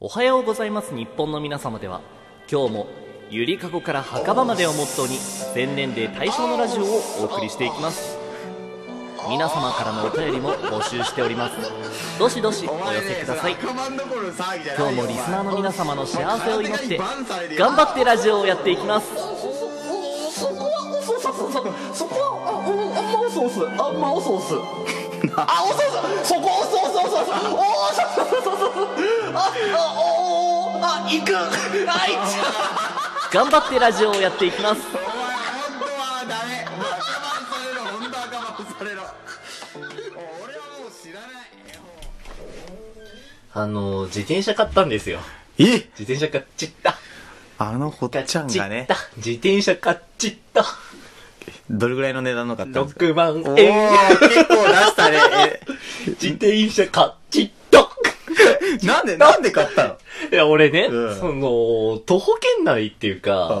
おはようございます日本の皆様では今日もゆりかごから墓場までをモットーに全年齢対象のラジオをお送りしていきます皆様からのお便りも募集しておりますどしどしお寄せください100万どころの騒ぎじゃ今ない日よもリスナーの皆様の幸せを祈って完全にバンされるよ頑張ってラジオをやっていきますそこはウソそこそこはあうんあんまウソウスあんまウソウスあウソウスそこウソウスウソウスおおそうそうそうそうああおおあ行くあいっちゃ頑張ってラジオをやっていきますお前本当はダメもう赤バンされろ本当は赤バンされろ俺はもう知らあの自転車買ったんですよないえ自転車買っちったあのほっちゃんがね自転車買っちったどれぐらいの値段の買ったんですか6万おー結構出したね自転車買っちったえなんでなんで買ったのいや、俺ね、うんその、徒歩圏内っていうか、あ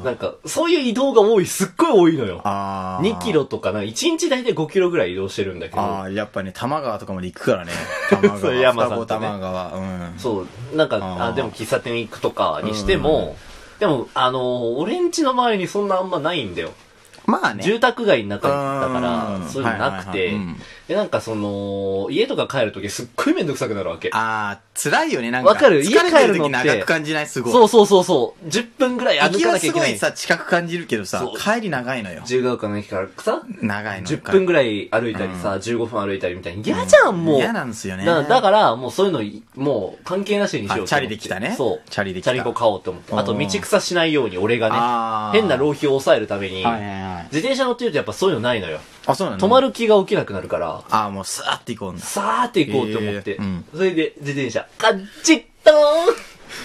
ーなんか、そういう移動が多い、すっごい多いのよ。あー2キロとかな、1日大体5キロぐらい移動してるんだけあど、あやっぱね多摩川とかまで行くから ね多摩そう川山双さん子とね多摩川うんそう、なんか、ああーでも喫茶店行くとかにしても、でも、あのー俺んちの周りにそんなあんまないんだよ。まあね住宅街の中だかうんら、そういうのなくはいはいてはいうん、で、なんかその、家とか帰るときすっごいめんどくさくなるわけ。ああ辛いよねなんかわかる疲れてる家帰るのっ時て長く感じないすごいそうそうそうそう、10分ぐらい行歩きかはなきゃすいけごないい。さ、近く感じるけどさそ、う帰り長いのよ。自由が丘の駅からさ、長いのよ。 10分ぐらい歩いたりさ、15分歩いたりみたいな。嫌じゃん、もう。嫌なんですよね。だだから、もうそういうのい、もう関係なしにしようと思ってあチャリで来たねそう。チャリで来たチャリコ買おうと思って。あと、お道ー草しないように俺があーね、変な浪費を抑えるために、はいはいはい。自転車乗ってるとやっぱそういうのないのよ。あ、そうなの止まる気が起きなくなるから、あー、もうスーって行こうな。さーって行こうと思って。えーうんそれで、自転車、カッチッとー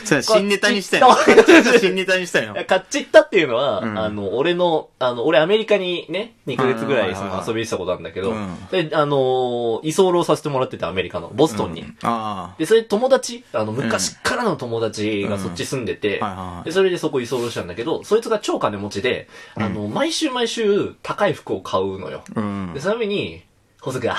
そう新ネタにしたいのこっち行っ。た 新ネタにしたいのン。カッチッタっていうのは、うんあの、俺の、あの、俺アメリカにね、2ヶ月ぐらういんそはいはいのはい遊びにしたことあるんだけど、うんで、あのー居候させてもらってたアメリカの、ボストンに。あで、それ友達、あの、昔からの友達がそっち住んでて、うんはいはいはいで、それでそこ居候したんだけど、そいつが超金持ちで、あの、毎週毎週高い服を買うのよ。あ。うんで、。そのために、細くだ、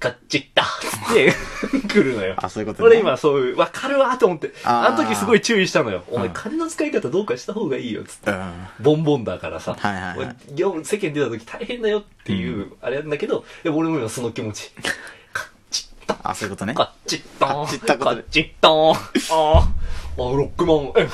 ガッチッタつって、 来るのよ。あそういうことね俺今そういう、わかるわと思って、ああーの時すごい注意したのよ。お前金の使い方どうかした方がいいよ、つって。うん。ボンボンだからさ、はいはいはい俺業務世間出た時大変だよっていう、あれなんだけど、でも俺も今その気持ち。ガッチッタあ、そういうことね。カッチットーン。カッチッたことでカッチットーン。あーあ、ロックマ ン。え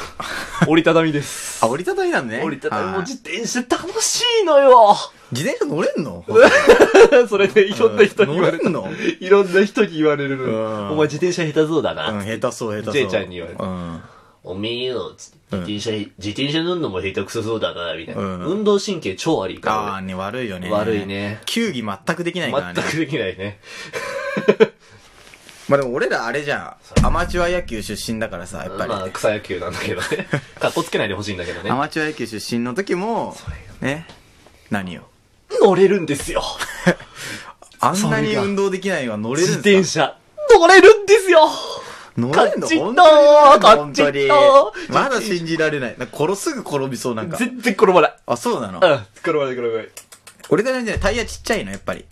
折りたたみ です。あ、折りたたみなのね。折りたたみもはい自転車楽しいのよ。自転車乗れんの それでいろんな人に言われ乗れる んのいろんな人に言われるうんの。お前自転車下手そうだうん、な。下手そう、下手そう。 J ちゃんに言われたうん。おめえよ、つってうん自転車、自転車乗るのも下手くそそうだな、みたいな。うん運動神経超悪いああかね、悪いよね。悪いね球技全くできならいね。からね。全くできないね。まあでも俺らあれじゃん。アマチュア野球出身だからさ、やっぱり。まあ、草野球なんだけど ね。かっこつけないでほしいんだけどねア。マチュア野球出身の時も、ね、何よ。乗れるんですよ。あんなそにれが運動できないのが乗れるん自ですか転車、乗れるんですよ乗カれんッのチッ本と当ーにカッチッとーまだ信じら れない。なんか転すぐ転びそうなんか。全然転ばない。あ、そうなの、うん、転ばない転ばない。俺がね、タイヤちっちゃいの、やっぱり。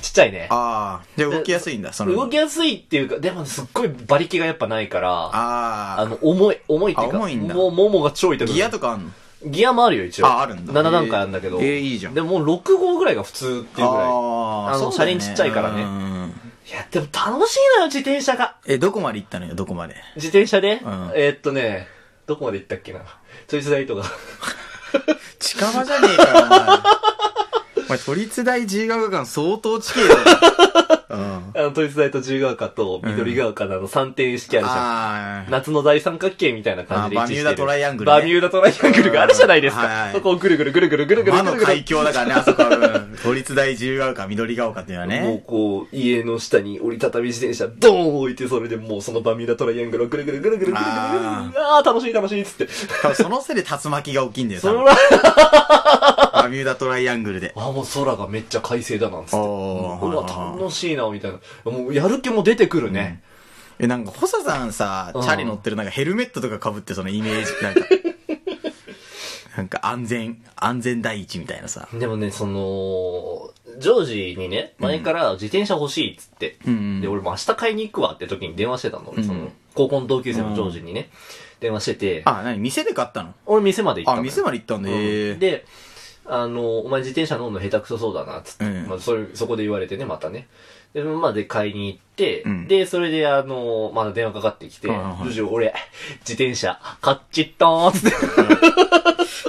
ちっちゃいね。ああ。じゃあ動きやすいんだ、その。動きやすいっていうか、でもすっごい馬力がやっぱないから、ああの、重い、重いっていうか、あ重いんだもう、ももが超痛あ。くなるギアとかあんのギアもあるよ、一応。ああるんだ7段階あるんだけど。えーえーいいじゃんでももう6号ぐらいが普通っていうぐらい。ああのそうだよ車輪ねちっちゃいからねうんいや、でも楽しいのよ、自転車が。え、どこまで行ったのよ、どこまで。自転車で、んえーっとね、どこまで行ったっけな。ちょいついとか。近場じゃねえから、お前。お前、都立大自由学館相当近いよ。うん。あの、都立大と自由が丘と緑が丘のあの3点式あるじゃん。ああ。夏の大三角形みたいな感じで位あバ置ミしュてーる。ダトライアングルねバミューダトライアングルがあるじゃないですはいはかい。そこをぐるぐるぐるぐるぐるぐる魔ぐのるぐ海る。峡だからね、あそこは。うん都立大自由が丘、緑が丘っていうのはもうね。こう、家の下に折りたたみ自転車、ドーン置いて、それでもうそのバミューダトライアングルをぐるぐるぐるぐるぐるぐるぐる。あああ、楽しい楽しいっつって。多分そのせいで竜巻が大きいんだよ、多そ分の。ら、バミューダトライアングルで。ああ、もう空がめっちゃ快晴だなんつって。うおーわ、楽しいな、みたいな。もうやる気も出てくるね。え、なんか、ホサさんさ、チうんャリ乗ってるなんかヘルメットとか被ってそのイメージ、なんか。なんか安全、安全第一みたいなさ。でもね、その、ジョージにね、前から自転車欲しいっつって、うんうんで、俺も明日買いに行くわって時に電話してたの、俺その、高校の同級生のジョージにね、電話してて、あ、何店で買ったの俺店まで行ったあ、のよ店まで行ったんだ。うんへえ。で、あの、お前自転車乗るの下手くそそうだな、つって。うんまあ、それ、そこで言われてね、またね。で、まあ、で、買いに行って、うんで、それで、あの、まだ電話かかってきて、はいはいはいどうしよう、俺、自転車、買っちったーっつっ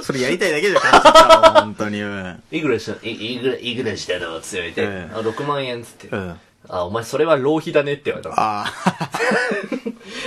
それやりたいだけじゃ買っちゃったわ、本当に。うん。て、いくらした、いいくら、いくらしたのつって言われて、うんあ、6万円っつって。うん。あ、お前それは浪費だねって言われたの。ああ、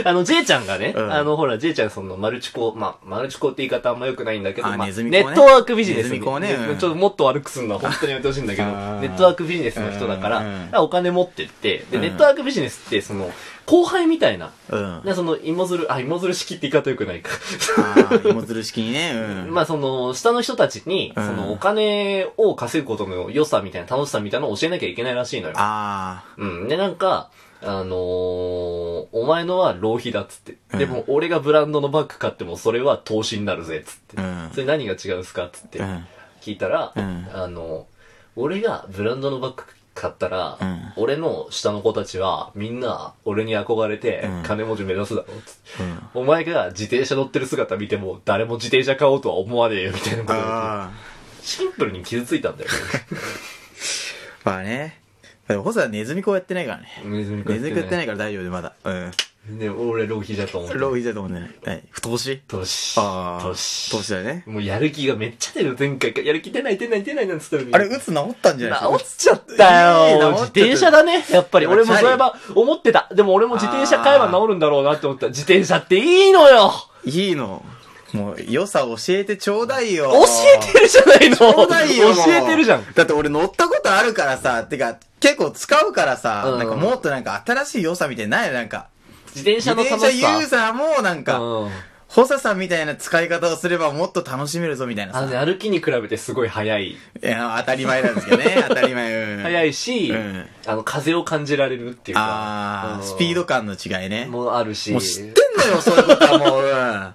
あの、J ちゃんがね、うんあの、ほら、J ちゃんその、マルチコ、まあ、マルチコって言い方あんま良くないんだけど、あまあ、ネズミネ講ねットワークビジネスに。ネズミ講ねうんちょっともっと悪くすんのは本当にやめてほしいんだけど、あネーットワークビジネスの人だから、うんだからお金持ってって、うで、んネットワークビジネスって、その、後輩みたいな、うん。でその、芋づる、あ、芋づる式って言い方良くないか。 ああ、芋づる式にね。うん。まあ、その、下の人たちに、うんその、お金を稼ぐことの良さみたいな、楽しさみたいなのを教えなきゃいけないらしいのよ。あうん。で、なんか、あのー、お前のは浪費だっつって。んでも、俺がブランドのバッグ買っても、それは投資になるぜっつって。うんそれ何が違うんすかっつってあ、う。ん。聞いたら、うんあのー、俺がブランドのバッグ買ったら、うん俺の下の子たちは、みんな、俺に憧れてう、ん金持ち目指すだろっつっうて。ん。お前が自転車乗ってる姿見ても、誰も自転車買おうとは思わねえよ、みたいなこと言われてああ。シンプルに傷ついたんだよね。まあね。でも、ホソはネズミ子やってないからね。ネズミ食ネズミ子やってないい。から大丈夫で、まだ。うん。ね、俺浪費だと思ってる。ローイだと思うんだよね。はい。不投資投資。ああ。投資。投資だよね。もうやる気がめっちゃ出る、前回から。やる気出ない出ない出ないなんつったのに。あれ、打つ治ったんじゃない治っちゃったいい治っちゃっよ。た自転車だね。やっぱり。やっ俺ぱもそういえば思ってた。でも俺も自転車買えばあー治るんだろうなって思った。自転車っていいのよいいの。もう、良さ教えてちょうだいよ。教えてるじゃないのちょうだいよ。教えてるじゃん。。だって俺乗ったことあるからさ、てか、結構使うからさ、うんなんかもっとなんか新しい良さみたいなのないのなんか。自転自車の転楽車しユーさ。ザーもなんか、うんホサさんみたいな使い方をすればもっと楽しめるぞみたいなあさ。のね、歩きに比べてすごい速い。いや、当たり前なんですけどね。 当たり前。うん、速いしうん、あの、風を感じられるっていうか。あうー、んスピード感の違いね。ももあるし。う知ってんのよ、そういうことはもううん。な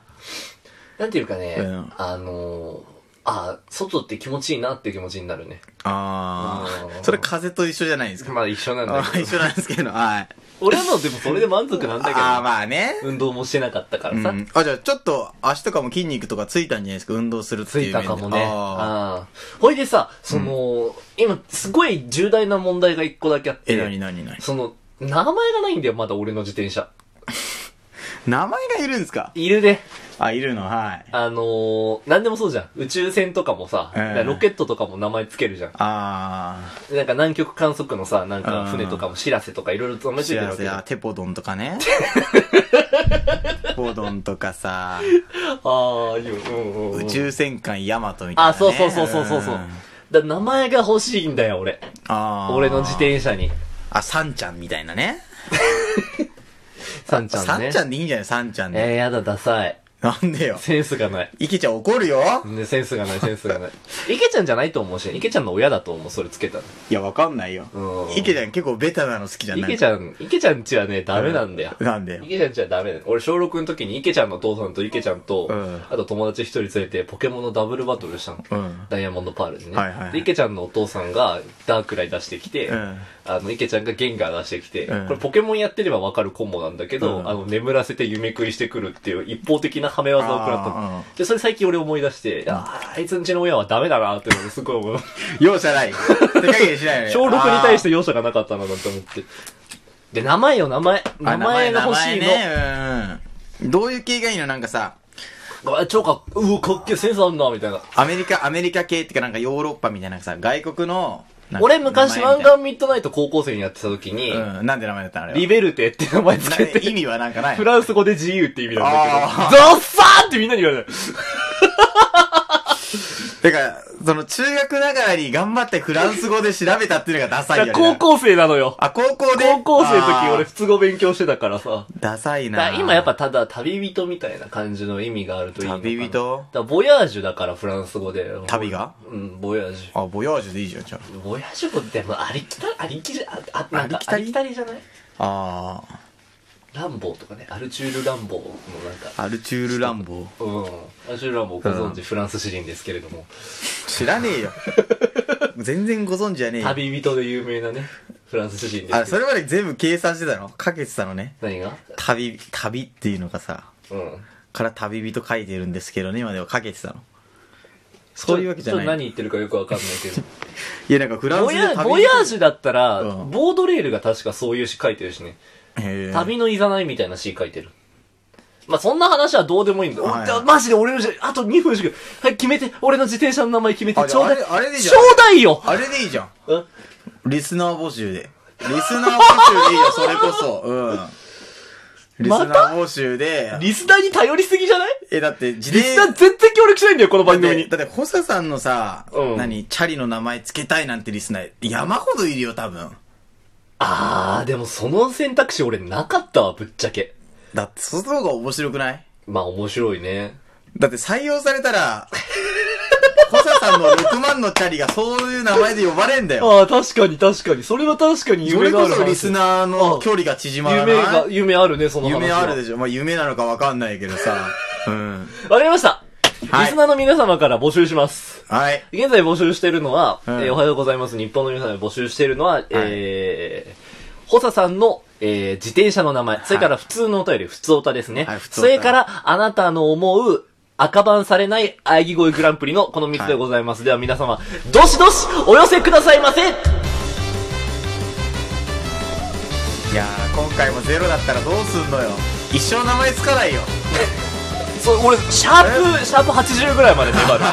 んていうかね、うんあのー、あー外って気持ちいいなっていう気持ちになるね。あうあ。んそれ風と一緒じゃないですか。まあ一緒なんだあけーど。 一緒なんですけど、はい。俺はもうでもそれで満足なんだけど。ああ、まあね。運動もしてなかったかうらさ。ん。あ、じゃあちょっと足とかも筋肉とかついたんじゃないですか、運動するってついい面うたで。かもね。ああーほいでさ、その、今、すごい重大な問題が一個だけあっーえ、なにて、なになにその、名前がないんだよ、まだ俺の自転車。名前がいるんですかいるね。あ、いるの、はい。あのー、なんでもそうじゃん。宇宙船とかもさ、ええだからロケットとかも名前つけるじゃん。あなんか南極観測のさ、なんかうん船とかも知らせとかいろいろ止めあ。て知るわらけせじゃんや、テポドンとかね。テポドンとかさ、ああ、いいよ。うんうんうん宇宙戦艦ヤマトみたいな、ね。あ、そうそうそうそうそうそう。んだ名前が欲しいんだよ、俺。あー俺の自転車に。あ、サンちゃんみたいなね。サンちゃサんンね。ちゃんでいいんじゃないサンちゃんえで。ー、やだ、ダサい。なんでよ。センスがない。イケちゃん怒るよ。ね、センス がない、センスがない。イケちゃんじゃないと思うし、イケちゃんの親だと思う、それつけたの。いや、わかんないようん。イケちゃん結構ベタなの好きじゃないイケちゃん、イケちゃんちはね、ダメなんだよ。なんでよイ。ケちゃんちはダメだよ。俺、小6の時にイケちゃんのお父さんとイケちゃんと、うんあと友達一人連れて、ポケモンのダブルバトルしたの。うんダイヤモンドパールでね。はいはいはいで、イケちゃんのお父さんがダークライ出してきて、うんあの、イケちゃんがゲンガー出してきて、うんこれポケモンやってればわかるコンボなんだけど、うんあの、眠らせて夢食いしてくるっていう一方的なハメ技を食らったあーうのん。で、それ最近俺思い出して、あーあいつんちの親はダメだなっていうのをすごい思う。容赦ない。手加減しないよね。小6に対して容赦がなかったななんて思って。で、名前よ、名前。あー、名前が欲しい名。の前ねうん。どういう系がいいのなんかさ、あ超かっ、うわ、かっけえセンスあんな、みたいな。アメリカ、アメリカ系ってかなんかヨーロッパみたいなさ、外国の、なんか俺昔名前漫みたい画ミッドナイト高校生にやってた時に、なうん、なんで名前だったのあれは。リベルテって名前つけなて、意味はなんかないフ。ランス語で自由って意味なんだあけど、ゾッサーってみんなに言われる。てか、その中学ながらに頑張ってフランス語で調べたっていうのがダサいよね。高校生なのよ。あ、高校で高校生の時俺あ普通語勉強してたからさ。ーダサいだかなら今やっぱただ旅人みたいな感じの意味があるといいのかな。旅だ人からボヤージュだからフランス語で。旅がうん、ボヤージあ、ボヤージュでいいじゃん、じゃュ。ボヤージュ語ってもうありきたり、ありきじゃ、あ、あなんかありきあたりりきたりじゃないあ。あランボーとかね、アルチュール・ランボーのなんか、ー、アルチュールランボー。うん。アルチュール・ランボーご存知、フランス詩人ですけれども、知らねえよ。 全然ご存知じゃねえよ。旅人で有名なね、フランス詩人ですけど。あ、それまで全部計算してたのかけてたのね。何が旅、旅っていうのがさ、うんから旅人書いてるんですけどね、今ではかけてたの。そういうわけじゃちょっとない。何言ってるかよくわかんない けどいや、なんかフランボスでヤ旅。ボヤージュだったら、うんボードレールが確かそういう詩書いてるしね。へー旅のいざないみたいな詩書いてる。まあ、そんな話はどうでもいいんだ。はいおいマジで俺のじ、あと2分しか、はい、決めて、俺の自転車の名前決めてあ、ちょうだい。あれあれでいいじちゃんょうだいよあれでいいじゃん。うんリスナー募集で。リスナー募集でいいよ、それこそ。うん。リスナまたー募集で。リスナーに頼りすぎじゃないえ、だって自リ転スナー全然協力しないんだよ、この番組に。だって、ホサさんのさ、うん何、チャリの名前つけたいなんてリスナー、山ほどいるよ、多分。あー、でもその選択肢俺なかったわ、ぶっちゃけ。だって、その方が面白くないまあ、面白いね。だって採用されたら、 ホサさんの6万のチャリがそういう名前で呼ばれんだよ。あー、確かに確かに。それは確かにそ夢れがあこるそ話。リスナーの距離が縮まらない夢。が、夢あるね、その話は。夢あるでしょ。まあ、夢なのかわかんないけどさ。うん。わかりました、はいリスナーの皆様から募集します。はい。現在募集しているのは、うんえーおはようございます。日本の皆様に募集しているのは、えー、ホサさんの、えー、自転車の名前、それから普通のお便り、普通おたですね。はい普通おそたれから、あなたの思う、赤番されない、喘ぎ声グランプリのこの3つでございます。では皆様、どしどしお寄せくださいませいやー、今回もゼロだったらどうすんのよ。一生名前つかないよ。そう、俺、シャープ、シャープ80ぐらいまで粘る。